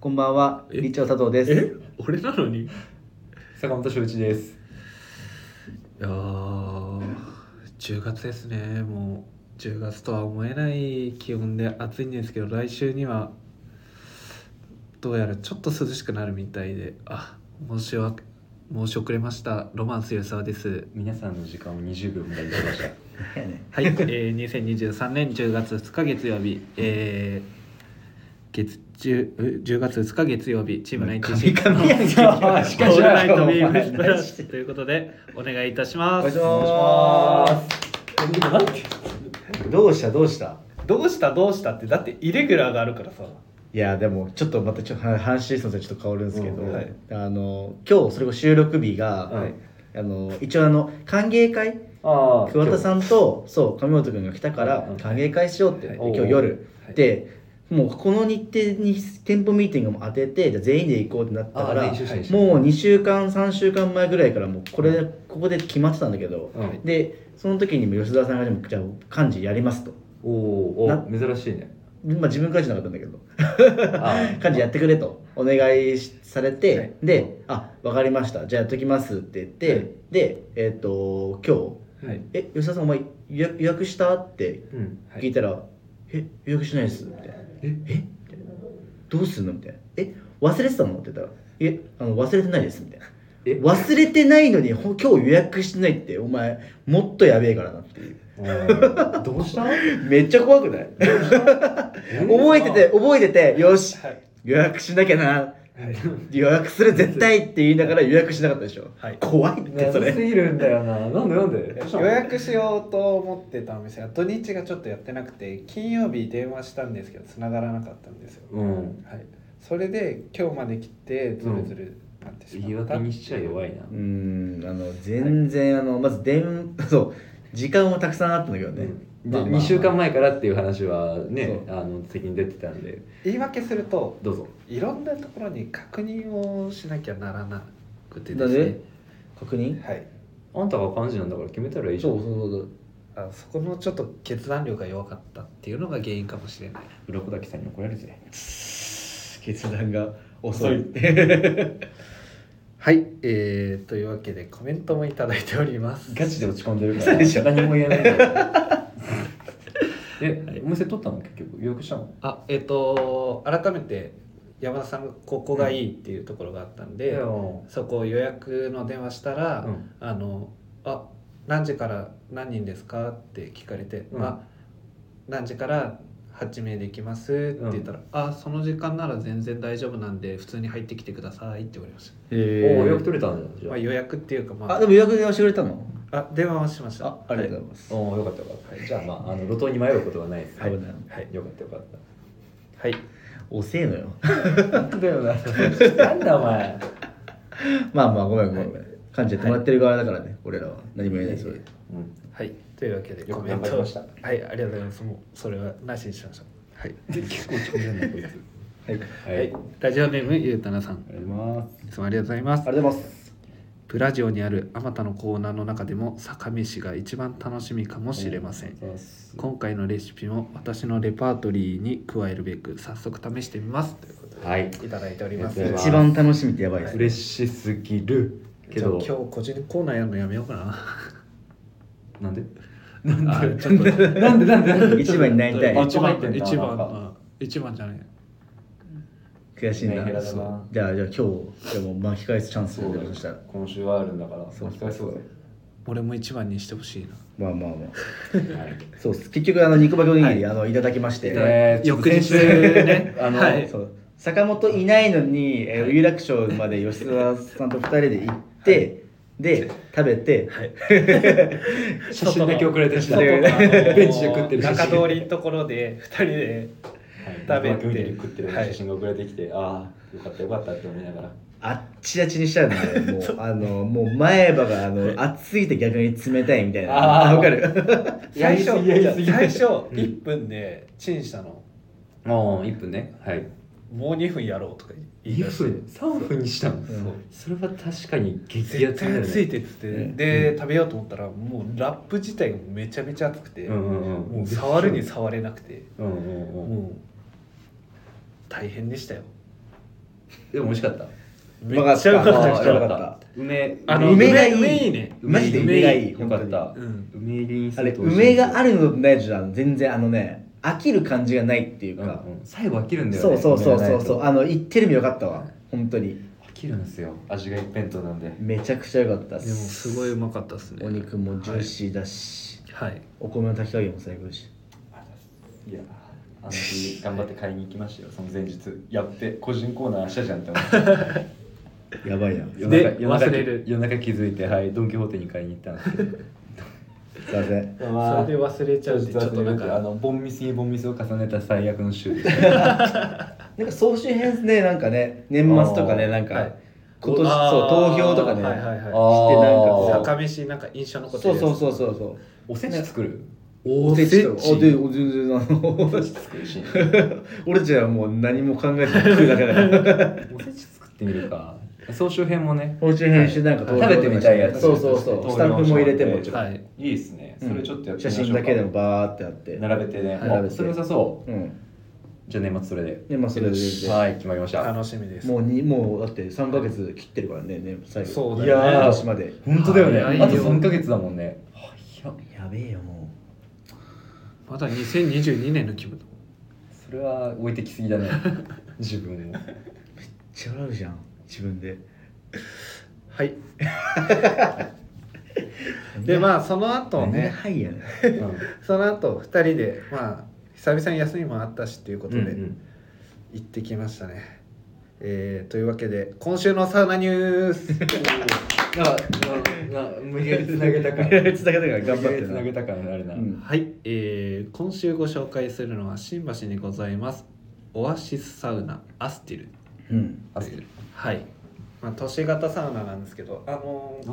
こんばんは、え理長佐藤です。え俺なのにい坂本翔一です。やー10月ですねもう10月とは思えない気温で暑いんですけど来週にはどうやらちょっと涼しくなるみたいであ申し訳申し遅れましたロマンスゆさわです皆さんの時間を20秒無駄にしました。やねはい、えー、2023年10月2日月曜日、えー、月10う10月2日月曜日チームナインティシックスの神 々やんけオおいしかしールナイトお前ビームスプラッシュということでお願いいたしおま願いすしまなんてす。 どうしたどうした。どうしたどうしたってだってイレギュラーがあるからさ。いやでもちょっとまたちょっと話すのとちょっと変わるんですけど、うんはいあの今日それこそ収録日が、はいあの一応あの歓迎会あ桑田さんとそう上本君が来たからうん歓迎会しようって、はい今日夜、はいでもうこの日程に店舗ミーティングも当ててじゃあ全員で行こうってなったからあ練習した練習もう2週間3週間前ぐらいからもうこれ、ここで決まってたんだけど、今日うんでその時にも吉沢さんがでもじゃあ漢字やりますと、おおなお珍しい ね。まあ、自分からじゃなかったんだけどあ漢字やってくれとお願いしされて、はいで「あわかりましたじゃあやっときます」って言って、はいでえっ、と今ーはい。日「え吉田さんお前予約予約した?」ってうんは聞いい。たら「え予約しないです」みたいな「ええみたいなどうすんの?」みたいな「え忘れてたの?」って言ったら「いえあの忘れてないです」みたいなえ忘れてないのにほ今日予約してないってお前もっとやべえからなっていうお ーどうした？ めっちゃ怖くない覚えてて覚えててよしはい予約しなきゃな予約する絶対って言いながら予約しなかったでしょ、はい怖いってそ長すれぎるんだよな。なんでなんで。予約しようと思ってたお店は土日がちょっとやってなくて金曜日電話したんですけど繋がらなかったんですようん。はいそれで今日まで来てズルズルなってし言いまった、訳にしちゃ弱いなう。んあの全然、あのまず電そう時間もたくさんあったんだけどね、で、まあまあまあ2週間前からっていう話はね、そあの責任出てたんで、言い訳するとどうぞ。いろんなところに確認をしなきゃならなくてなでんすでね確認はいあんたが幹事なんだから決めたらいいじゃ。そうんそうそうそうあそこのちょっと決断力が弱かったっていうのが原因かもしれない鱗滝さんに怒られるぜ。決断が遅いはいえー、というわけでコメントもいただいておりますガチで落ち込んでるかそうでしょら、何も言え ないから。え、お店取ったの結局予約したのあえっ、と改めて山田さんがここがいいっていうところがあったんで、うそこを予約の電話したら「ん。あのあ何時から何人ですか?」って聞かれて「うんあ何時から8名できます」って言ったら「あその時間なら全然大丈夫なんで普通に入ってきてくださいって言われましたおおお、予約取れたんだ。じゃまあ、予約っていうかまああでも予約電話してくれたのあ電話をしましたあありがとうございます、あ。おお、よかったよかった。じゃあ、まあ、あの路頭に迷うことはないです。危ないはい、よかったよかった。はい、遅えのよ だよな。なんだお前。まあまあごめんごめんごめん感じてもらってる側だからね、俺らは何も言えないそれうん。はいはい、というわけでよコくメン頑張りトました。はいありがとうございますもうそれはなしにしましょうはい、結構落ち込んでんなこいつ。はいありがはい。ありがとうラジオネームゆうたなさんございます。いつもありがとうございますとうございますプラジオにあるあまたのコーナーの中でも坂飯が一番楽しみかもしれませんそうっす今回のレシピも私のレパートリーに加えるべく早速試してみますということではい。いただいておりますありがとうございます一番楽しみってやばいですね 嬉しすぎる。けじゃあ今ど日、個人コーナーやるのやめようかななんで あちょっとなんでなんでなんで一番になりたいあ一入番ってんだ一番なうん一番じゃない悔しいなねだだなじゃあじゃあ今日でも巻き返すチャンスそうをだよそしたら今週はあるんだから、そう巻き返そう俺も一番にしてほしいなまあまあまあだよ。はいそうっす結局あの肉巻きおにぎり、あのいただきまして、えー翌日 ねあの、はいそう坂本いないのに、えー有楽町まで吉沢さんと二人で行って、で食べて、写真だけ送られてきた。外のあのベンチで食ってる写中真。通りのところで2人ではい食べて肉巻きおにぎり食ってる写真が送られてきて、ああ、よかったよかったって思いながら。あっちあっちにしちゃうんで もうあのもう前歯があの熱いと逆に冷たいみたいなあーわかる最初やりすぎやりすぎ最初1分でチンしたの、もう1分ね。はい。もう2分やろうとか言い2出して分 ?3 分にしたのそうそれは確かに激ア絶ツにな対るついね。てっつって、うんで食べようと思ったらもうラップ自体がめちゃめちゃ熱くて、うんうんうん。もう触るに触れなくて、うんうんうん。もう大変でしたよでも美味しかったうまかったよあかーったよよかかっったた梅あの梅がいい梅いいねマジで梅がいいよかったうん梅入りにすあれると美味しい梅があるのとないのじゃ全然あのね飽きる感じがないっていううんか、うん最後飽きるんだよそうねそうそうそう梅そうがなあいの言ってる意味よかったわ本当にと飽きるんですよ味が一辺倒なんでめちゃくちゃよかったっでもすすごいうまかったですねお肉もジューシーだし、はい、はいお米の炊き加減も最高だしいやーあの日頑張って買いに行きましたよその前日やって個人コーナー明日じゃんって思ってやばいな夜中 で夜中忘れる夜中気づいてはいドン・キホーテに買いに行ったんですけどすいませんそれで忘れちゃうってちょっとなんあかのボンミスにボンミスを重ねた最悪の週ですなんか総集編ねなんかね年末とかねあーなんか、はい今年あそうー投票とかね、はいはいはいしてなんか坂飯なんか印象残ってそるうやつそうそうそうそうおせち作るおせちとあでお全然あの おせち作るしお俺たちはもう何も考えてないだけだ からせち作ってみるか総集編もね報酬編集なんか投票とかして食べてみたいやつそうそうそうスタンプも入れてもちょっと、はいいいですねそれちょっとやって写みましょ真うかだけでもバーってあって並べてね並べあてそれ良さそうんうじゃあ年末それででまあそれではい決まりました楽しみですもうにもうだって3ヶ月切ってるからねね最後そうだいよねやー今年まで本当だよね早いよあと3ヶ月だもんねはいややべえよもまだ2022年の気分だそれは置いてきすぎだね 自 分をうめっちゃ笑うじゃん自分ではいでまあその後なんでねはいやねその後2人でまあ久々に休みもあったしっていうことで行ってきましたね、えーというわけで今週のサウナニュースななな無理やりつなげたから無理やり繋げたから頑張ってなつなげたからあれ な、うん はい、えー今週ご紹介するのは新橋にございますオアシスサウナアスティルうんあそうはい、まあ、都市型サウナなんですけどあのー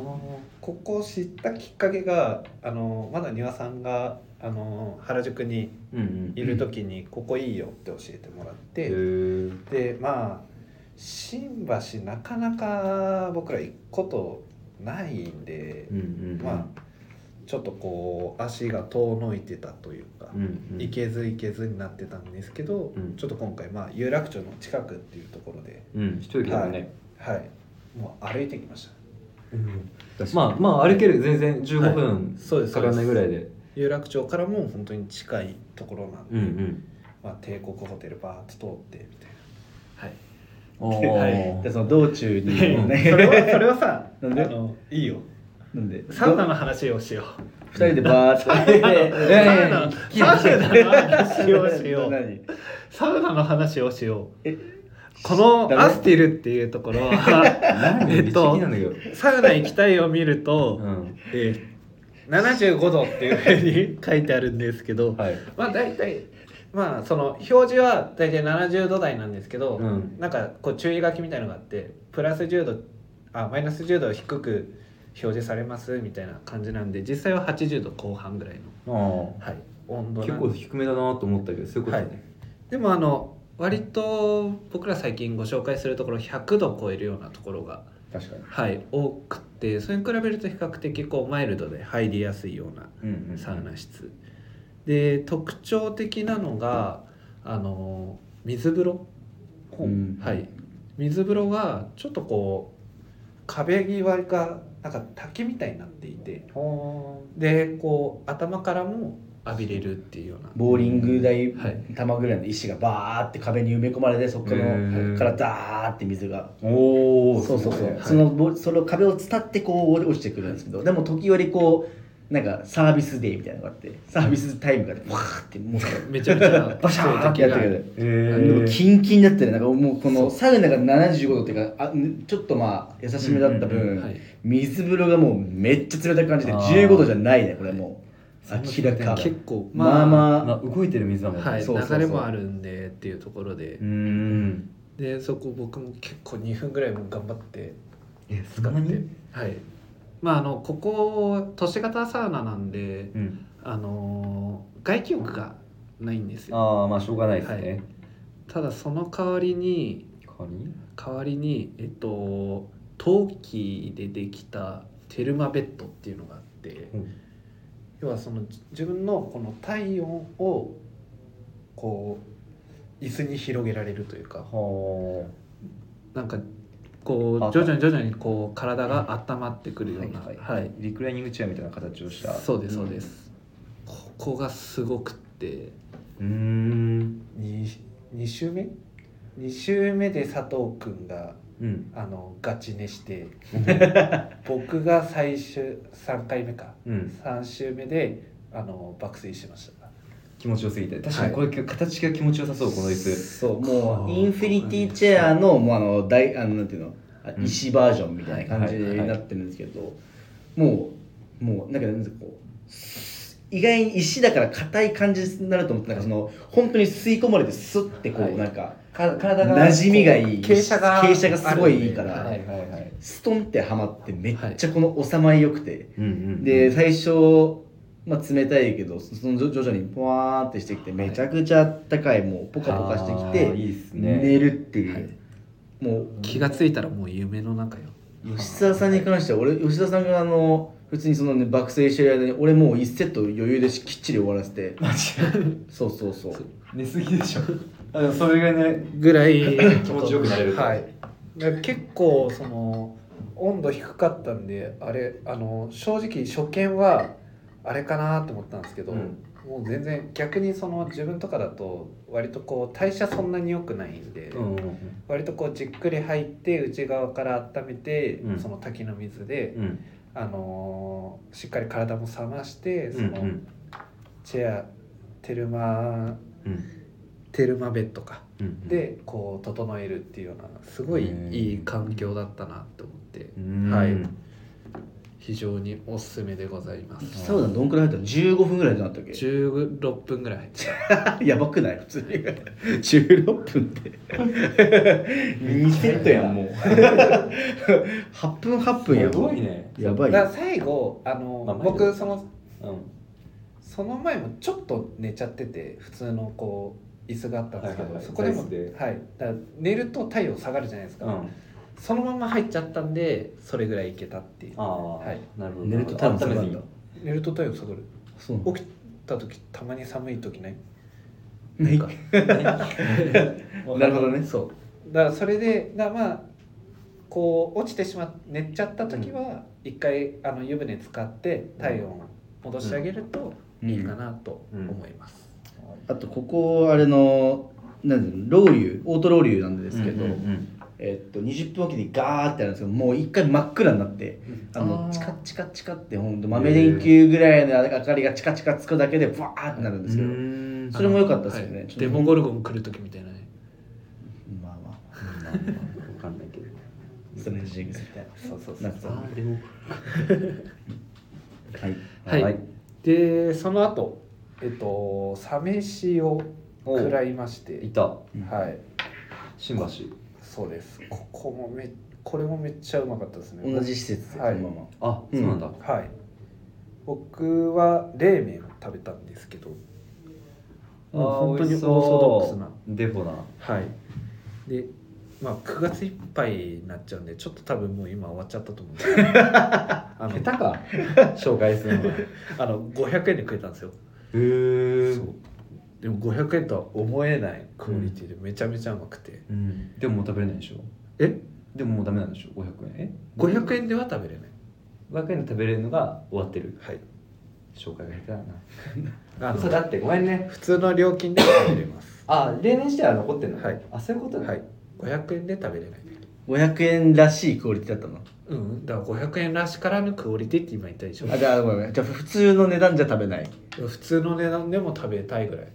ここを知ったきっかけがあのーまだ丹羽さんがあのー原宿にうんうんいる時に「ここいいよ」って教えてもらって、へーでまあ新橋なかなか僕ら行くことないんで、うんうんまあちょっとこう足が遠のいてたというか、うんうん行けず行けずになってたんですけど、うんちょっと今回まあ有楽町の近くっていうところでうん一人だもんね、はいもう歩いてきましたまあまあ歩ける全然15分そうですかからないぐらいで、有楽町からも本当に近いところなんで、うんうんまあ、帝国ホテルバーッと通ってみたいはい、おはいでーその道中 にうんなそねれはそれはさなんであのいいよなんでサウナの話をしよ二人で バーってうサウナサウナの話をしよう何サウナの話をしようえこのダメアスティルっていうところ は何えっとめちゃ気になるんだけどサウナ行きたいを見ると、うんえー、75度っていうふうに書いてあるんですけど、はいまあ大体まあその表示は大体70度台なんですけど、うんなんかこう注意書きみたいのがあってプラス10度あマイナス10度低く表示されますみたいな感じなんで実際は80度後半ぐらいの、あーはい、温度なんで結構低めだなと思ったけどそういうことね、でもあの割と僕ら最近ご紹介するところ100度超えるようなところが、確かにはい、多くてそれに比べると比較的こうマイルドで入りやすいようなうんうんサウナ室で特徴的なのがあの水風呂、うんはい水風呂がちょっとこう壁際がなんか滝みたいになっていてほでこう頭からも浴びれるっていうようなボーリング台はい玉ぐらいの石がバーって壁に埋め込まれてそこかへーらからダーって水がーおおそうそうそう、はいそのぼその壁を伝ってこう落ちてくるんですけどでも時折こうなんかサービスデーみたいなのがあってサービスタイムがあってバーってもうめちゃめちゃバシャーってやってくるるえでもー、キンキンだったねなんかもうこのサウナが75度っていうかあちょっとまあ優しめだった分、うんうんはい水風呂がもうめっちゃ冷たい感じであー15度じゃないねこれもう明らか結構まあまあま動いてる水だもんねはい、そうそうそう流れもあるんでっていうところでうーんでそこ僕も結構2分ぐらいも頑張ってえ使ってはいまああのここ都市型サウナなんでうんあのー外気浴がないんですよああまあしょうがないですね、はいただその代わりに代わりに代わりにえっと陶器でできたテルマベッドっていうのがあってうん要はそのじ自分のこの体温をこう椅子に広げられるというかはなんかこあう徐々に徐々にこう体が温まってくるようなはいはい、リクライニングチェアみたいな形をしたそうですそうです、ここがすごくってうーんに二週目二週目で佐藤くんがうんあのガチ寝して僕が最終3回目かうん3週目であの爆睡しました気持ちよすぎて確かにこれ、形が気持ちよさそうこの椅子そうもうあーインフィニティチェアのもうあの大あのなんていうのあうん石バージョンみたいな感じはいはいにはいなってるんですけど、もうもうなんかなんですかこう意外に石だから硬い感じになると思ってなんかその本当に吸い込まれてスッてこう、はいなんかか体が馴染みがいい傾斜が傾斜がすごいいいから、あるんではいはいはいストンってはまってめっちゃこの収まり良くて、うんうんで最初、まあ、冷たいけどその徐徐々にポワーンってしてきてめちゃくちゃあったかいもうポカポカしてきあーていいですね寝るっていう、はいもう気がついたらもう夢の中よ吉田さんに関しては俺吉田さんがあの普通にその、ね、爆睡してる間に俺もう1セット余裕でしきっちり終わらせてマジでそうそうそう寝すぎでしょあでもそれがねぐらい 気持ちよくなれるとはいだから結構その温度低かったんであれあの正直初見はあれかなと思ったんですけど、うんもう全然逆にその自分とかだと割とこう代謝そんなに良くないんで、うんうん割とこうじっくり入って内側から温めて、うんその滝の水で、うんあのーしっかり体も冷ましてそうんのチェアテルマテルマベッドかうんでこう整えるっていうようなすごいうんいい環境だったなと思ってうんはい非常におすすめでございますサウナどんくらい入ったの15分ぐらいじゃなかったっ16分ぐらい入ってたけ やばくない普通に16分って2セットやんもう8分8分やすばごいねやばだいからよ最後あの、まあ毎度僕そのうんその前もちょっと寝ちゃってて普通のこう椅子があったんですけど、はいはいはいそこでも座椅子ではい、だから寝ると体温下がるじゃないですか、うんそのまま入っちゃったんでそれぐらいいけたっていうああ、はい、なるほど寝ると多分温寒めかずっにた寝ると体温下がるそうなの起きた時たまに寒い時ねないかなるほどねそうだからそれでだからまあこう落ちてしまっ寝ちゃった時は一回あの湯船使って体温を戻してあげるといいかなと思います、あとここあれのなんていうのロウリュオートロウリュなんですけど、うんうんえっと20分おきにガーってなるんですけどもう一回真っ暗になってあのあーチカチカチカってほんと豆電球ぐらいの明かりがチカチカつくだけでブワーってなるんですけど、うんそれも良かったですよねはいちょっとデモゴルゴン来る時みたいなねまあまあわかんないけどストレッチジグみたいそうそうななんかそうあーでもはいはい、はいでその後えっとサメシを食らいましていたはい新橋そうですここもめこれもめっちゃうまかったですね同じ施設で、はいこのままあそうなんだ、はい僕は冷麺を食べたんですけどあー本当に美味しそうオーソドックスなデフォなはい。で、まあ9月いっぱいになっちゃうんで、ちょっと多分もう今終わっちゃったと思うんです けど。あの下手か紹介するのはへあの500円で食えたんですよ。えそうでも500円とは思えないクオリティでめちゃめちゃうまくて。うん、でももう食べれないでしょえでももうダメなんでしょ500円え ?500 円では食べれない。 500円で食べれるのが終わってるはい。紹介が下手だなあそうのだってごめんね普通の料金では食べれます。あ例年しては残ってんのはいあそういうことねはい。500円で食べれない。 500円らしいクオリティだったのうん、だから500円らしからぬクオリティって今言ったでしょあじゃあごめんごめんじゃあ普通の値段じゃ食べない普通の値段でも食べたいぐらい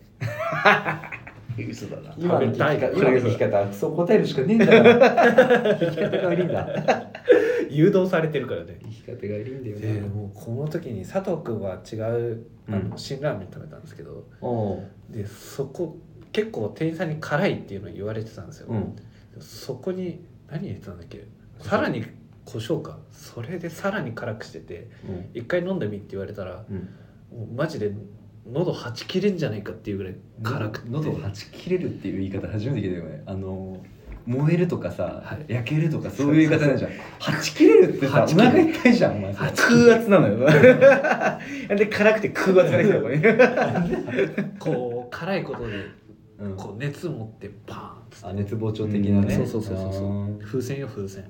嘘だな今の聞き方食べたい今の聞き方そう答えるしかねえんだから 聞き方が悪いんだ誘導されてるからね聞き方が悪いんだよでねもうこの時に佐藤君は違うあうのん辛ラーメン食べたんですけど、おうでそこ結構店員さんに辛いっていうのを言われてたんですよ、うんそこに何入れてたんだっけさらに胡椒かそれでさらに辛くしててうん一回飲んでみって言われたらうんもうマジで喉はち切れんじゃないかっていうぐらい辛くて喉をはち切れるっていう言い方初めて聞いたよねあの燃えるとかさ、はい焼けるとかそういう言い方なんじゃんはち切れるってさはおち切れる腹痛いじゃんお前さ空圧なのよで辛くて空圧ができた のねこう辛いことでうんこう熱持ってパーンってですあ熱膨張的なねそうそうそうそうそあう風船よ風船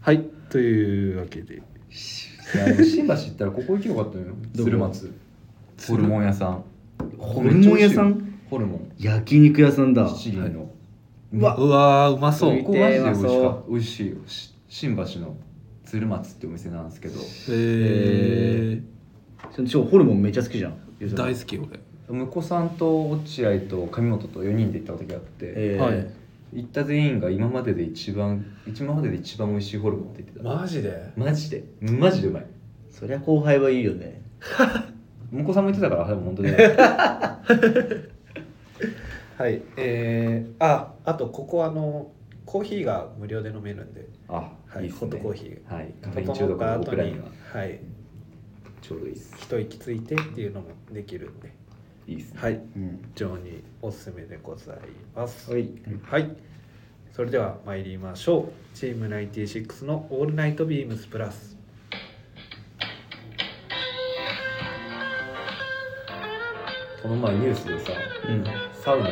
はいというわけでーいや新橋行ったらここ行きよかったのよどこ鶴松ホルモン屋さんホルモン屋さんホルモン焼肉屋さんだ七輪のうわうわーうまそうここマジで美味しかった美味しいよし新橋の鶴松ってお店なんですけどえその超ホルモンめっちゃ好きじゃんー、大好き俺婿さんと落合と上本と4人で行った時あって、えーはい行った全員が今までで一番今までで一番美味しいホルモンって言ってた、マジでマジでマジでうまいそりゃ後輩はいいよね婿さんも言ってたからでも本 当にははいえー、ああとここあのコーヒーが無料で飲めるんで、あはいい、いっすホッねトコーヒーはいカフェイン中整毒ったの後僕らににははいちょうどいいっす一息ついてっていうのもできるんでいいっすねはいうん非常におすすめでございますはいはいそれでは参りましょうチーム96の「オールナイトビームスプラス」この前ニュースでさうんサウナ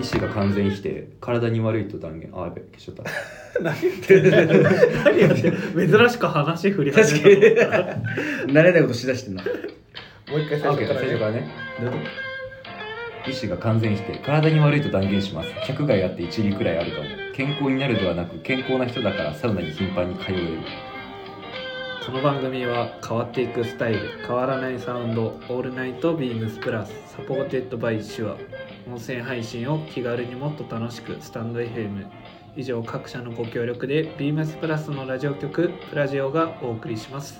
医師が完全否定体に悪いと断言あやべ消しちゃっ た何やって珍しく話振り始めた確かに慣れないことしだしてんなもう一回あ OK 最初からね医師が完全否定体に悪いと断言します100害あって1理くらいあるかも健康になるではなく健康な人だからサウナに頻繁に通えるこの番組は変わっていくスタイル変わらないサウンド「オールナイトビームスプラス」サポーテッドバイシュア音声配信を気軽にもっと楽しくスタンド FM 以上各社のご協力でビームスプラスのラジオ局プラジオがお送りします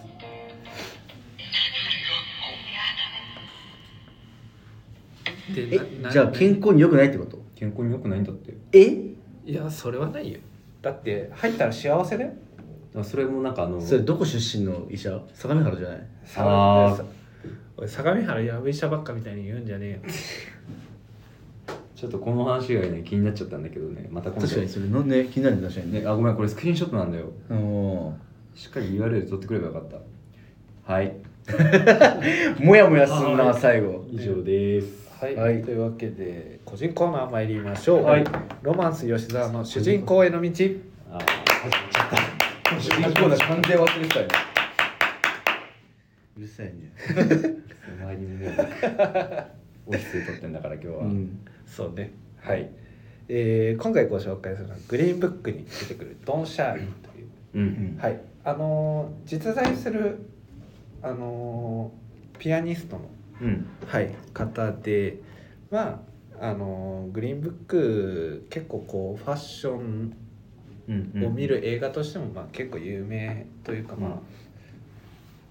でえななじゃあ健康に良くないってこと健康に良くないんだってだかえいやそれはないよだって入ったら幸せだよらそれもなんかあのそれどこ出身の医者相模原じゃないあーおい相模原やぶ医者ばっかみたいに言うんじゃねえよちょっとこの話がね気になっちゃったんだけどねまた今度確かにそれのね気になるね確かにねねあごめんこれスクリーンショットなんだようんしっかり URL 取ってくればよかったはいもやもやすんな最後以上ですはい、はいというわけで個人コーナー参りましょう、はいロマンス吉沢の主人公への道あ始まっちゃった主人公だ完全忘れてたようるさいねお前にねオフィスで撮ってんだから今日は、うんそうねはいえー今回ご紹介するのはグリーンブックに出てくるドン・シャーリンというううんんはい、あのー実在する、あのーピアニストの、うんはい、方でまあ、あのーグリーンブック結構こうファッションうんうんを見る映画としても、まあ、結構有名というか、まあうん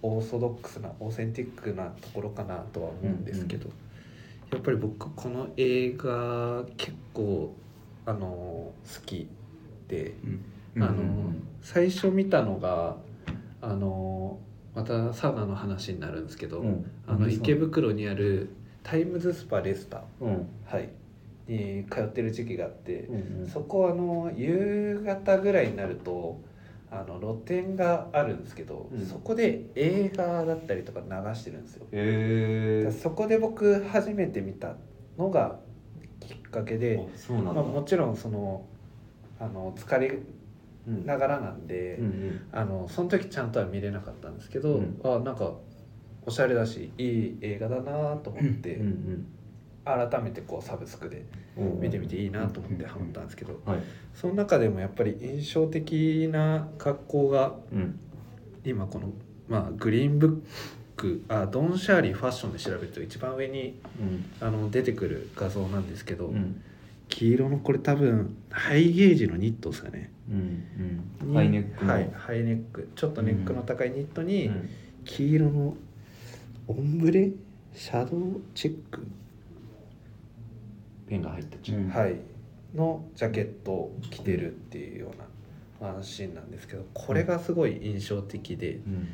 オーソドックスなオーセンティックなところかなとは思うんですけど、やっぱり僕この映画結構、あのー好きで。うんあの最初見たのがあのまたサウナの話になるんですけど、うんうんあの池袋にあるタイムズスパレスタ、うんはい、に通ってる時期があってう、んうんそこあの夕方ぐらいになるとあの露店があるんですけど、うんそこで映画だったりとか流してるんですよ。へえだからそこで僕初めて見たのがきっかけで、あそうなんまだ、あ、もちろんそのあの疲れうんながらなんで。うんうんあのその時ちゃんとは見れなかったんですけど、うんあなんかおしゃれだしいい映画だなと思って、うん改めてこうサブスクでうんうん見てみていいなと思ってハマったんですけど、はいその中でもやっぱり印象的な格好がうん今この、まあ、グリーンブックあドン・シャーリーファッションで調べると一番上にうんあの出てくる画像なんですけど、うん黄色のこれ多分ハイゲージのニットですかね。うんうんハイネックのはい、ハイネックちょっとネックの高いニットに、うん黄色のオンブレシャドウチェック、ペンが入ったちうんはいのジャケットを着てるっていうようなワンシーンなんですけどこれがすごい印象的で、うん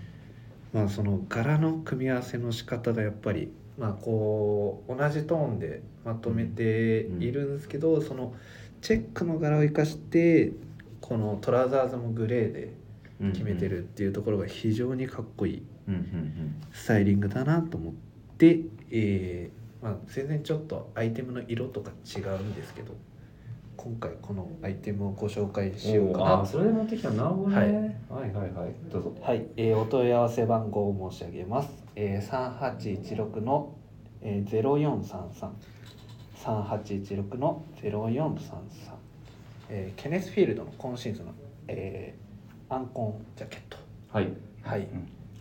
まあ、その柄の組み合わせの仕方がやっぱり、まあ、こう同じトーンでまとめているんですけど、そのチェックの柄を生かしてこのトラウザーズもグレーでうん決めてるっていうところが非常にかっこいいうんうんスタイリングだなと思って、えーまあ、全然ちょっとアイテムの色とか違うんですけど今回このアイテムをご紹介ししよよううかかななそれで持ってきたなるほどね、はい、はいはいどうぞはい、えーお問い合わせ番号を申し上げます、えー、3816の、えー、04333816の0433、えー、ケネスフィールドの今シーズンの、えーアンコンジャケットはいはい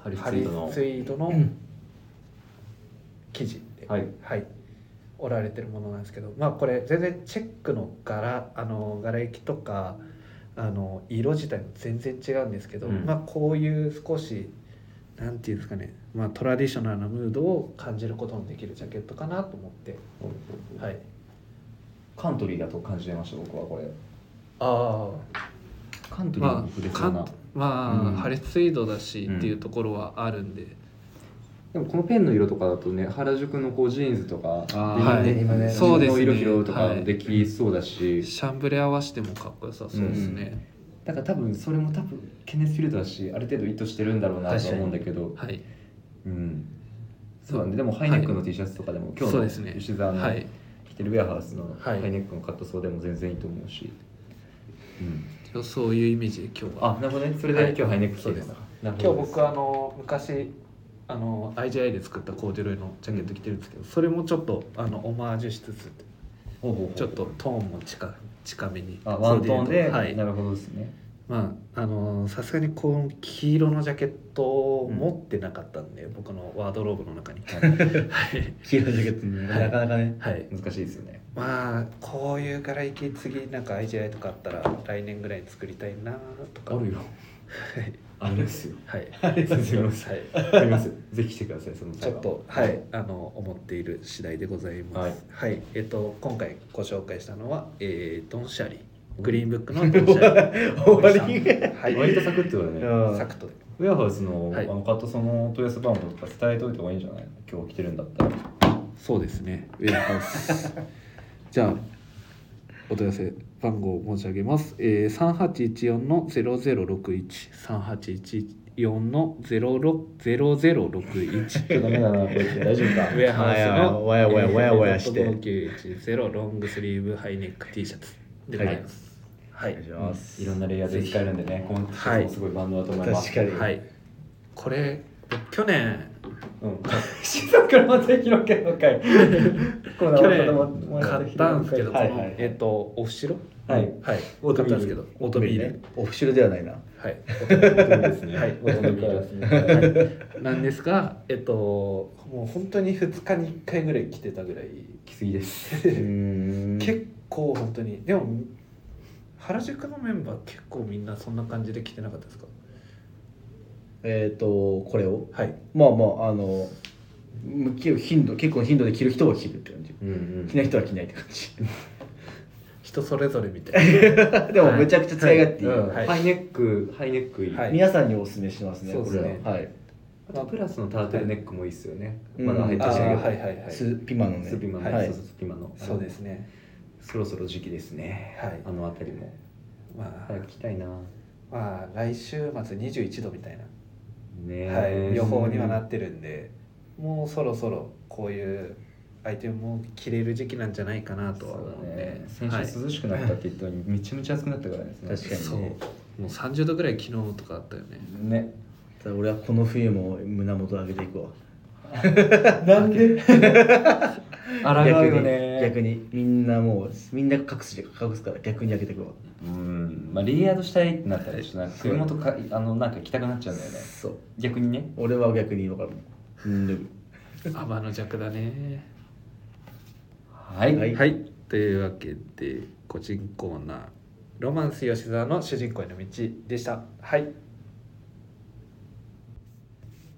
ハリスハツイリートのスイードの生地で、はいはい、織られてるものなんですけど、まあ、これ全然チェックの柄あの柄行きとかあの色自体も全然違うんですけど、うんまあ、こういう少しなんていうんですかね、まあ、トラディショナルなムードを感じることのできるジャケットかなと思って、はい、カントリーだと感じてました僕はこれあカントリーまのあ筆かかな、んまあ、うんハリスイードだしっていうところはあるんで、でもこのペンの色とかだとね原宿のこうジーンズとかあーデニムはいデニムそうですねの色拾うとかもできそうだし、シャンブレ合わせてもかっこよさそうですね、だから多分それも多分ケネスフィールドだしある程度意図してるんだろうなとは思うんだけどはいうんそうだねでもハイネックの T シャツとかでも、今そ日うのですね吉沢のはい着てるウェアハウスのハはいイネックのカットソーでも全然いいと思うし、うん、そういうイメージで今日はあなるほどねそれはでい今日ハイネック着てるんだなるあ今日ほどです僕あの昔あの IGI で作ったコーデュロイのジャケット着てるんですけど、それもちょっとあのオマージュしつつほうほうほうちょっとトーンも近近めにあワントーンで、はいなるほどですねまああのーさすがにこの黄色のジャケットを持ってなかったんで、僕のワードローブの中にはい、黄色いジャケットになかなかね はい、難しいですよねまあこういう柄行き次なんか IGI とかあったら来年ぐらいに作りたいなとかよあるですよ はい、ですよはいありますぜひ来てくださいそのちょ際はっと、はい、あの、思っている次第でございます。はい、えっと、今回ご紹介したのは、えー、ドンシャリ。グリーンブックのドンシャリ。 終わりはい、割とサクッとだね、うんサクッとで。ウェアハウスの,、はいあのカットそのお問い合わせ番号とか伝えといた方がいいんじゃない今日来てるんだったらそうですね。ウェアハウス。じゃあ。お問い合わせ番号を申し上げます。ええ三八一四のゼロゼロ六一、三八一四のゼロ六ゼロゼロ六一。ちょっとダメだなこれ大丈夫か ウェアハウスのわやわやわやわやして5910ロングスリーブハイネック T シャツでございます。はい。お願いしますいろんなレイヤーで使えるんでねこの人もすごい万能だと思います、確かにはい。これ去年うん、 静岡からまた広げのか いコロナ去終わった年買ったんですけど、こはいのはいえっとお城はいはいオー買っトミたんーですけルど、オートミールねオフシルではないなはいですねはいオートミールはいなんですが、えっともう本当に2日に1回ぐらい着てたぐらい、来すぎです結結構本当にでも原宿のメンバー結構みんなそんな感じで着てなかったですか？えっとこれをはい。まあまああのむ着る頻度結構頻度で着る人は着るって感じうんうん着ない人は着ないって感じ人それぞれみたいな。でもめちゃくちゃ使い勝手いい、うんはいハイネックハイネックいい、はい皆さんにおすすめしますねそうですねこれははいあとプラスのタートルネックもいいっすよね、はいまだ入ってあないーけど、はいはいはい。スピマのねスピマの、はいそうそうスピマのそうですね。そろそろ時期ですね、はいあの辺りもまあ早く来たいなまあ来週末21度みたいな、ねはい、予報にはなてってるんでもうそろそろこういうアイテムも着れる時期なんじゃないかなとは思うんで、ね先週涼しくなったって言ったのにめちゃめちゃ暑くなったからですね確かにそうもう30度ぐらい昨日とかあった よねねただ俺はこの冬も胸元上げていくわ なんであらがうよね逆に逆にみんなもうみんな隠すじゃん隠すから逆に上げていくわうんまあレイヤードしたいってなったらちょっとなんか首元かあのなんか着たくなっちゃうんだよねそう逆にね俺は逆に今からもううん脱ぐ天の弱だねはい、はいはいというわけで個人コーナー「ロマンス吉沢の主人公への道」でしたはい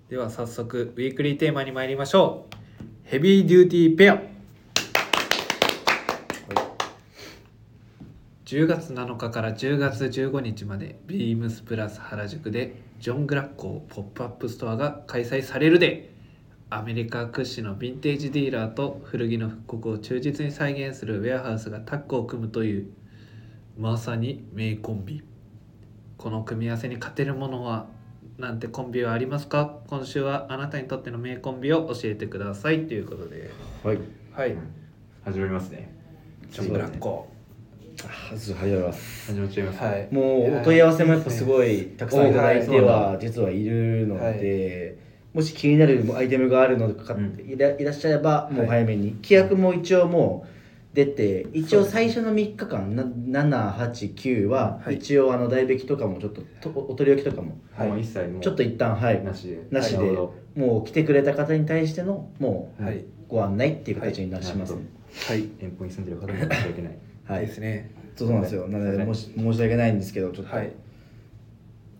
では早速ウィークリーテーマに参りましょうヘビーデューティーペア10月7日から10月15日までビームスプラス原宿でジョン・グラッコーポップアップストアが開催されるでアメリカ屈指のヴィンテージディーラーと古着の復刻を忠実に再現するウェアハウスがタッグを組むというまさに名コンビこの組み合わせに勝てるものはなんてコンビはありますか今週はあなたにとっての名コンビを教えてくださいということではいはい始まりますねジョン・ブラッコ、始まります始まっちゃいますね、はいもうお問い合わせもやっぱすごいたくさんいただいてはは実はいるので、もし気になるアイテムがあるのか、うんいらいらっしゃればもうは早いめに、規約も一応もう出て一応最初の3日間789ははい一応あの代引きとかもちょっととおお取り置きとかもはいもう一切もうちょっと一旦はいなしでなしでなるほもう来てくれた方に対してのもはい、うご案内っていう形になしますね、はいど遠方に住んでる方に申し訳ないはい、ですねそうなんですよなのでもし申し訳ないんですけどちょっと、はい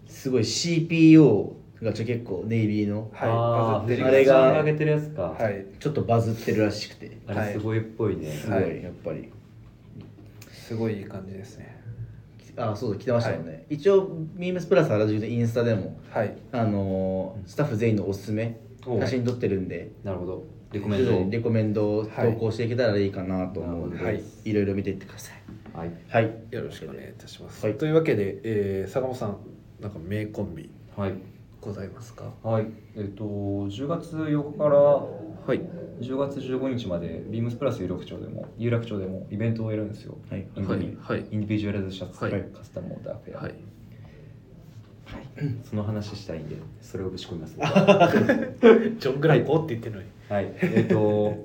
すごい CPO がちょ結構ネイビーのはいあバーズってるあれが上げてるやつか、はいちょっとバズってるらしくてあれすごいっぽいね、すごいやっぱりすごいいい感じですねあそうだ来てましたよね、一応ミームスプラス原宿のインスタでもはいあのースタッフ全員のおすすめおう写真撮ってるんでなるほどレコメ徐ンド々にレコメンドを投稿していけたらいいかなと思うので、はいい、ろいろ見ていってくださいはいはいよろしくお願いいたします、はいというわけで、えー、坂本さんなんか名コンビはいございますかはいえっ、と10月4日からはい10月15日までビームスプラス有楽町でも有楽町でもイベントをやるんですよはいインデはィいはいインディビジュアルズシャツ、はいカスタムオーダーフェア、 はいその話したいんでそれをぶち込みます ジョン・グランコって言ってるのにはいえっ、と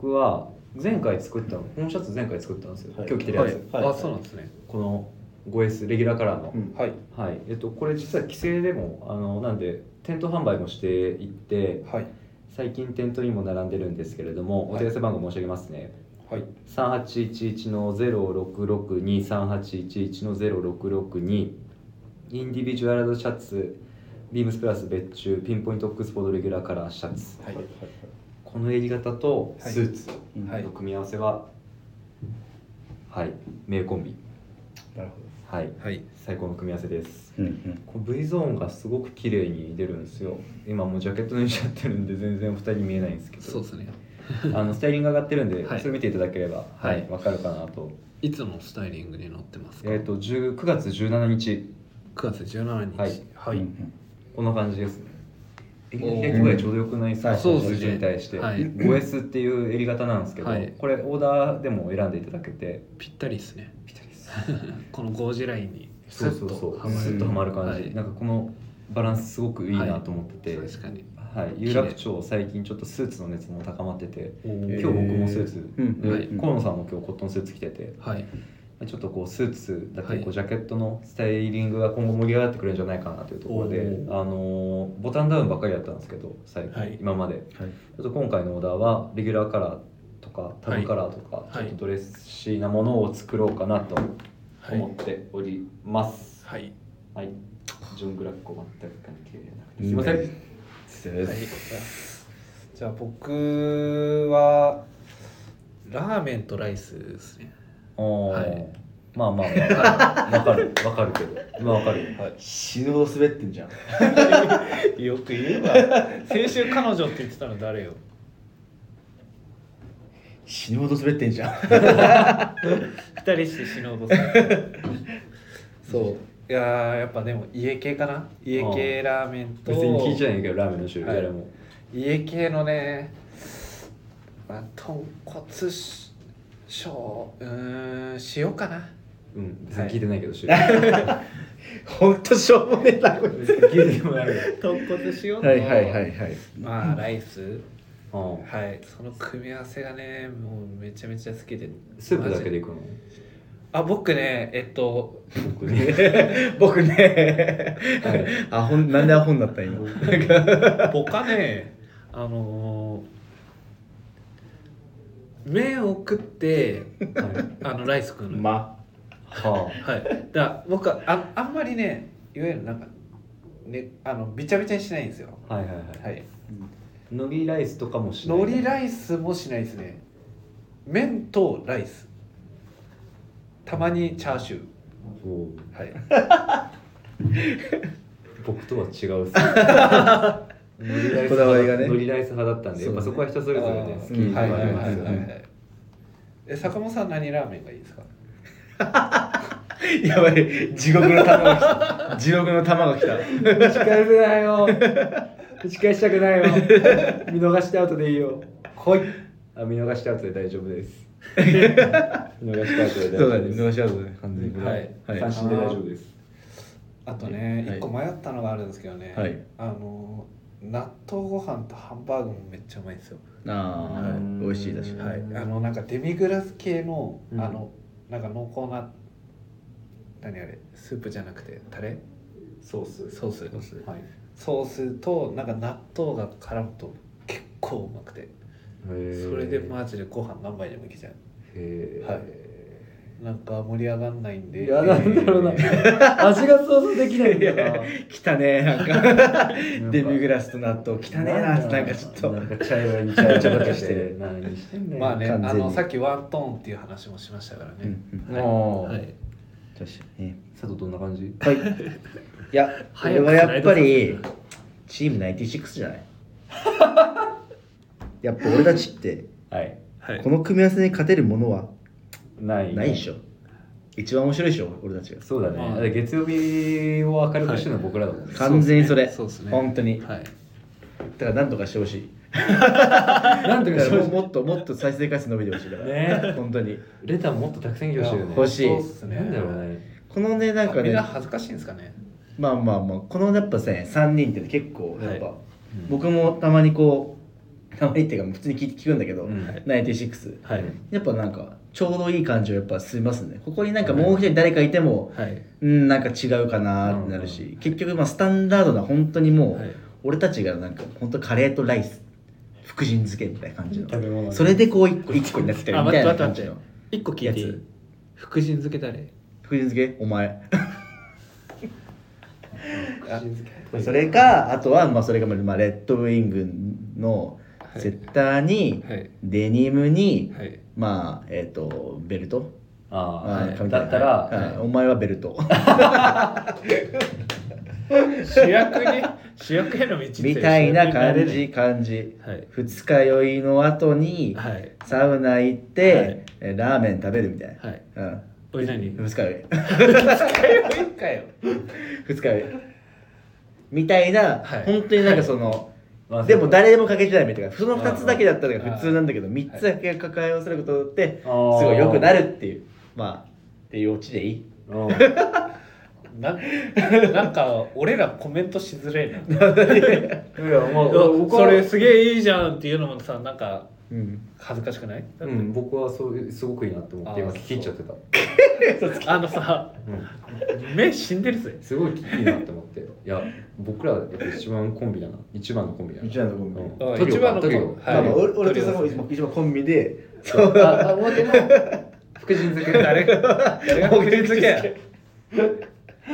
僕は前回作ったのこのシャツ前回作ったんですよ、はい今日着てるやはいつ、はいあそうなんですねこの 5S レギュラーカラーの、うんはいはいえっ、とこれ実は規制でもあのなんで店頭販売もしていってはい最近店頭にも並んでるんですけれども、お問い合わせ番号申し上げますねはい3811の06623811の0662インディビジュアルドシャツビームスプラス別注ピンポイントオックスフォードレギュラーカラーシャツはいこの襟型とスーツうんはいの組み合わせははい名コンビなるほはいはい最高の組み合わせですど、うんうん、この V ゾーンがすごく綺麗に出るんですよ今もうジャケット脱いじゃってるんで全然お二人見えないんですけどそうですね あのスタイリング上がってるんで、はいそれ見ていただければははいいわ、かるかなといつのスタイリングに載ってますか、えっ、と10 9月17日9月17日はいはうい、んこんな感じですね襟おのー開き具合ちょうどよくないですかはいそうですね数字に対して、はい 5S っていう襟型なんですけど、はいこれオーダーでも選んでいただけてぴったりですねぴった りですこの5時ラインにそうそうそうはまるスッとはまる感じ、はいなんかこのバランスすごくいいなと思ってて、はい確かに有楽町最近ちょっとスーツの熱も高まっててえ今ー日僕もスーツ、うんではい河野さんも今日コットンスーツ着ててはいちょっとこうスーツだけはいこうジャケットのスタイリングが今後盛り上がってくれるんじゃないかなというところで、おあのーボタンダウンばっかりだったんですけど最近、はい今まではいちょっと今回のオーダーはレギュラーカラーとかタブカラーとか、はいちょっとドレッシーなものを作ろうかなとはい思っておりますはいはい、ジョン・グラッコ全く関係なくてすいません、はい、じゃあ僕はラーメンとライスですねおーはいまあまあまあわかるわかるけど今わかる、死ぬほど滑ってんじゃんよく言えば先週彼女って言ってたの誰よ死ぬほど滑ってんじゃん二人して死のうとす るそういやーやっぱでも家系かな家系ラーメンと別に聞いちゃないけどラーメンの種類、はい誰も家系のね、まあ、豚骨しょううーん塩かなうん別に聞いてないけど種 類、本当しょうもねえなこれ別に聞いてもないけ ど豚骨塩とはいはいはいはいまあライスうんはいその組み合わせがねもうめちゃめちゃ好きでスープだけでいくのあ僕ねえっと 僕ね僕ね、はいあほんなんでアホになった今他ねあのー麺を食ってあのライス食うのよ、まははいだから僕はああんまりねいわゆるなんかねあのびちゃびちゃにしないんですよあはいはいはいはい海苔ライスとかもしない海苔ライスもしないですね麺とライスたまにチャーシュおうーはい僕とは違うっすこだわりがね海苔ライス派だったんでそうだねやっぱそこは人それぞれね好きうんなはいのはがあいりはまいすよはい、はねい、え坂本さん何ラーメンがいいですかやばい地獄の玉が来 た地獄の玉が来た打ち返せない よ打ち返したくないよ見逃してアウトでいいよ来いあ見逃してアウトで大丈夫です逃した後でそうだね逃しちゃうとね完全にはいはい三振で大丈夫ですあとねはい一個迷ったのがあるんですけどね、はいあの納豆ご飯とハンバーグもめっちゃうまいんですよ、ああ、うん美味しいだしはい、あのなんかデミグラス系の、うんあのなんか濃厚な何あれスープじゃなくてタレソースソースはいソースとなんか納豆が絡むと結構うまくてそれであマジでご飯何杯でもいけちゃうへえ、はいなんか盛り上がんないんでいやなんだろ うな味が想像できないんだよな来たねなんかデミグララスと納豆来たねななんかちょっとなんか茶色い茶色ばかしてる何してんね んまあねあ完全にのさっきワントーンっていう話もしましたからね、うんああ、はい、うん確かにね佐藤どんな感じはいいやこ早れくはスやラっイドさせてぱりチーム96じゃない やっぱ俺たちってはいはいこの組み合わせに勝てるものはないねないでしょ一番面白いでしょ俺たちがそうだね、まあだって月曜日を明るくしてるのは僕らだもんね、完全にそれそうですね本当にだかはいらなんとかしてほしいなんとだかかしらもましうもっともっと再生回数伸びてほしいだからね本当にレターもっとたくさん来てほしいよね欲しいそうっすねなんだろうねこのねなんかみんねな恥ずかしいんですかねまあまあまあこのやっぱね3人って結構やっぱ、は僕もたまにこうたまにっていうか普通に聞い聞くんだけど、うん96はいやっぱなんかちょうどいい感じをやっぱ進みますねここになんかもう一人誰かいても、はいうんなんか違うかなーってなるし、結局まあスタンダードな本当にもう、はい俺たちがなんか本当カレーとライス福神漬けみたいな感じの食べ物それでこう一個一個になってきたりあみ待たっいてな待っ感てじ待っのて一個聞いていやい福神漬け誰福神漬けお前あそれかあとはまあそれがまあレッドウィングのはいセッターにはいデニムにはいまあえっとベルトああ、まあ髪の毛だったら、はいはいお前はベルト主役に主役への道ってみたいな感主役じに感じなれない二日酔いの後にはいはいサウナ行はいってえラーメン食べるみたいはいなおい何うん二日酔い 一回よ二日酔いみたいなはい本当になんかそのまあでも誰でもかけちゃダメとかその2つだけだったら普通なんだけど3つだけ抱えをすることによってすあーごい良くなるっていうまあっていうオチでいいうん ななんか俺らコメントしづれえないやまあ僕そはれすげえいいじゃんっていうのもさなんかうん恥ずかしくないうん僕はそうすごくいいなと思って今あー聞き入っちゃってた、あのさうん、目死んでるぜすごいいいなと思っていや僕らやっぱ一番コンビだな一番のコンビだな一番のコンビあトリオか一番のコトンビリオはいまあまあ俺俺ととりあえずさも一番一番コンビでそうああ表の福神漬け誰 が誰が送りつけや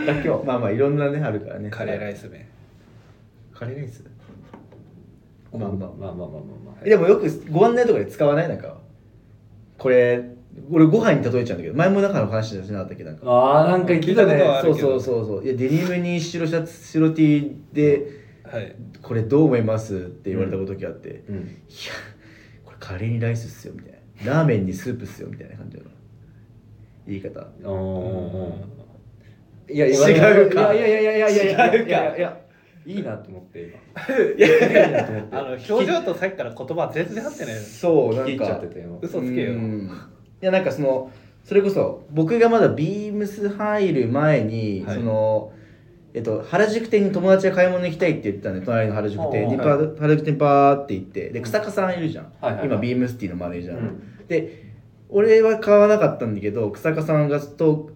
だけはまあまあいろんなねあるからねカレーライイス麺スカレーライスまあまあまあまあまあまあでもよくご案内とかで使わないなんかこれ俺ご飯に例えちゃうんだけど前も中の話じゃなかったっけなんかあーなんか聞いた聞いたことはあねるそうそうそうそういやデニムに白シャツ白 T ではいこれどう思いますって言われた時あって、うんいやこれカレーにライスっすよみたいなラーメンにスープっすよみたいな感じの言い方おーおーいや違違ううかかいやいやいやいやいやい違やうかいやいやいいなと思って今いいなと思ってあの表情とさっきから言葉全然合ってないそうなん聞き入っちゃっかてたよ嘘つけようんいやなんかそのそれこそ僕がまだビームス入る前に、はいそのえっと、原宿店に友達が買い物行きたいって言ってたんで隣の原宿店に、あパあー原宿店パーって行ってで草加さんいるじゃん、はいはいはい今ビームスティのマネージャー、うんで俺は買わなかったんだけど草加さんがと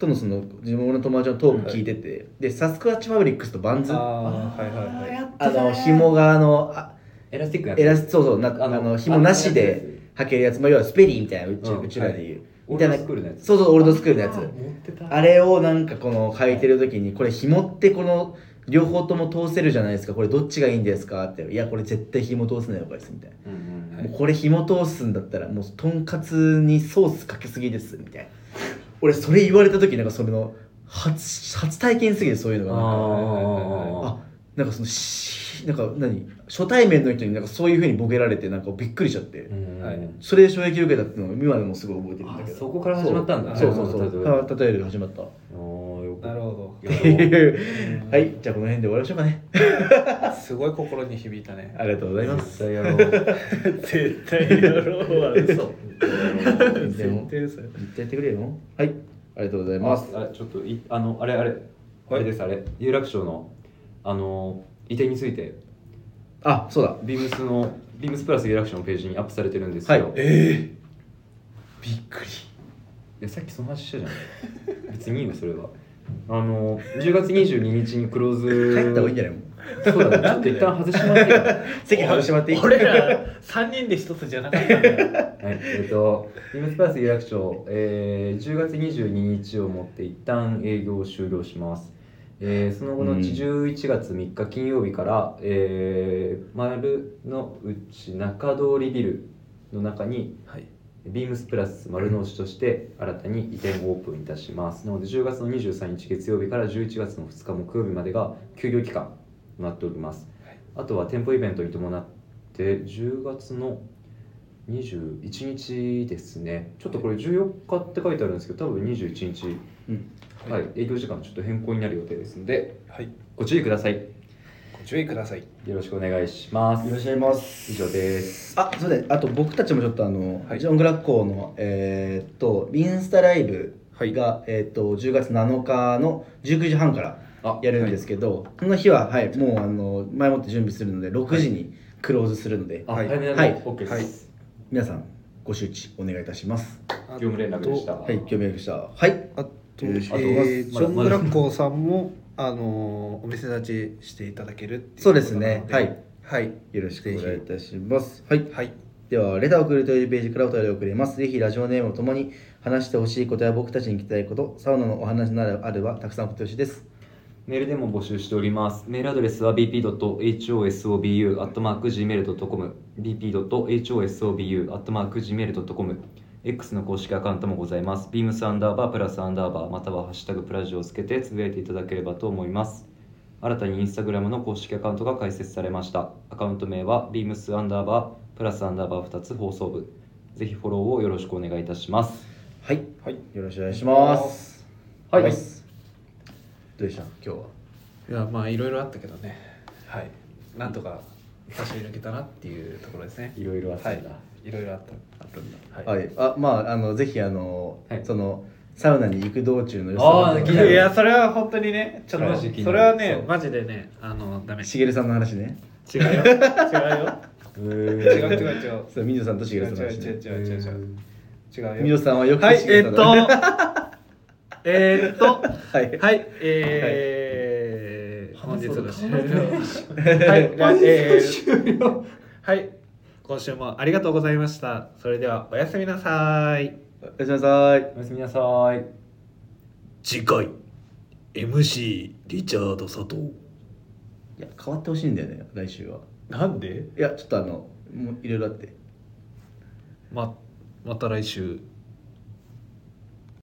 とのその自分の友達のトーク聞いてて、でサスクワッチファブリックスとバンズああーはいはいはいの紐があのあエラスティックやエラスそうそうなああのの紐なしで履けるやつ、まあ、要はスペリーみたいなうち,、うんうちらで言う、オみーたいなルドスクールのやつそうそうオールドスクールのやつあ持ってたあれをなんかこの履いてる時にこれ紐ってこの両方とも通せるじゃないですかこれどっちがいいんですかっていやこれ絶対紐通せない方がいいですみたいな、うんうんもうこれ紐通すんだったらもうとんかつにソースかけすぎですみたいな俺それ言われた時なんかそれの初初体験すぎてそういうのがなんかああなんかそのしなんか何初対面の人になんかそういう風にボケられてなんかびっくりしちゃって、ーうんはいそれで衝撃を受けたっていうのを今でもすごい覚えてるんだあけどそこから始まったんだそうそうそうそう例えばた例えるで始まったおーよくなるほ はいじゃあこの辺で終わりましょうかねどすごい心に響いたねありがとうございます絶対やろう絶対やろうは嘘でも定さ言ってやってくれよはいありがとうございますあちょっといあのあれあれあれですあれ有楽町のあの移転についてあそうだビームスのビームスプラス有楽町のページにアップされてるんですはよ、いい、えー、びっくりやさっきその話したじゃん別にいいよそれはあの10月22日にクローズ帰った方がいいんじゃゃ ないもんないそうだねちょっと一旦外しますけど席外してもらっていい俺 ら3人で一つじゃなかったんだよはい、えっと、ビームスプラス有楽町、えー、10月22日をもって一旦営業を終了します。えーその後のうち11月3日金曜日から、えー丸の内中通りビルの中に、はいビームスプラス丸の内として新たに移転オープンいたします。なので10月の23日月曜日から11月の2日木曜日までが休業期間となっております。あとは店舗イベントに伴って10月の21日ですねちょっとこれ14日って書いてあるんですけど多分21日、うんはい営業時間ちょっと変更になる予定ですのではいご注意くださいご注意くださいよろしくお願いしますいらっしゃいます以上ですあそうだあと僕たちもちょっとあの、はいジョン・グラッコーのえーっとインスタライブが、えーっと10月7日の19時半からあやるんですけど、この日は、はい、もうあの前もって準備するので6時にクローズするので、あ、はい早めなはのいで OK です、皆さんご周知お願いいたします業務連絡でしたはい興味ありましたはいあと、えよろしくお願いしますージョン・ブラッコーさんも、あのーお店立ちしていただけるっていそううこでとすなのねはいはいよろしくお願いいたしますはいはいでは、レターを送るというページからお便りを送れます。ぜひ、ラジオネームともに話してほしいことや僕たちに聞きたいこと、サウナのお話ならあればたくさん送ってほしいです。メールでも募集しております。メールアドレスは bp.hosobu.gmail.com bp.hosobu.gmail.com X の公式アカウントもございます。beams アンダーバープラスアンダーバーまたはハッシュタグプラジオをつけてつぶやいていただければと思います。新たにインスタグラムの公式アカウントが開設されました。アカウント名は beams アンダーバープラスアンダーバー2つ放送部。ぜひフォローをよろしくお願いいたします。はい。はいよろしくお願いします。はいどうでした今日は。いやまあいろいろあったけどねはいなんとか差し抜けたなっていうところですねいろいろあったんだ。はいいろいろあったあったんだはい。あ、まあ、あの、ぜひ、あの、はいその、サウナに行く道中のあー気になるいやそれは本当にねちょっマとジ気になるそれはねそうマジでねあのダメしげるさんの話ね。違う よ違うよ違う違う違うそう、みずさんとし違げうるさん違のう話、ね。違う違う違う違う違うよみずさんはよくはいしげえるさっんの話 とえっとはい。はいえー本日の終了 はいまあえーはい今週もありがとうございましたそれではおやすみなさいおやすみなさい。おやすみなさい。次回 MC リチャード佐藤いや、変わってほしいんだよね、来週は。なんでいや、ちょっとあの、もういろいろあって。ままた来週